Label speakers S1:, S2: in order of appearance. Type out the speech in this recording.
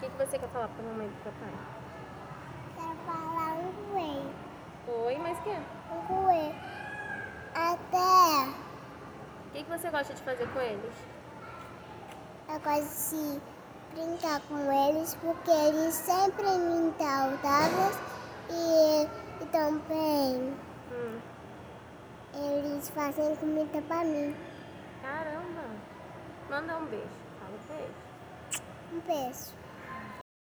S1: que você quer falar pra mamãe e pro papai?
S2: Quero falar um coelho.
S1: Oi, mas que?
S2: Um coelho. Até
S1: O que, que você gosta de fazer com eles?
S2: eu gosto de brincar com eles porque eles sempre me saudáveis e, e também
S1: Hum,
S2: eles fazem comida pra mim.
S1: caramba. Manda um beijo. Fala um beijo.
S2: Um beijo.